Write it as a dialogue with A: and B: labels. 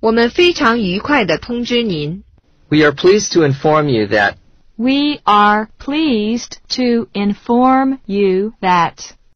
A: 我们非常愉快地通知您。
B: We are pleased to inform you that
C: We are pleased to inform you that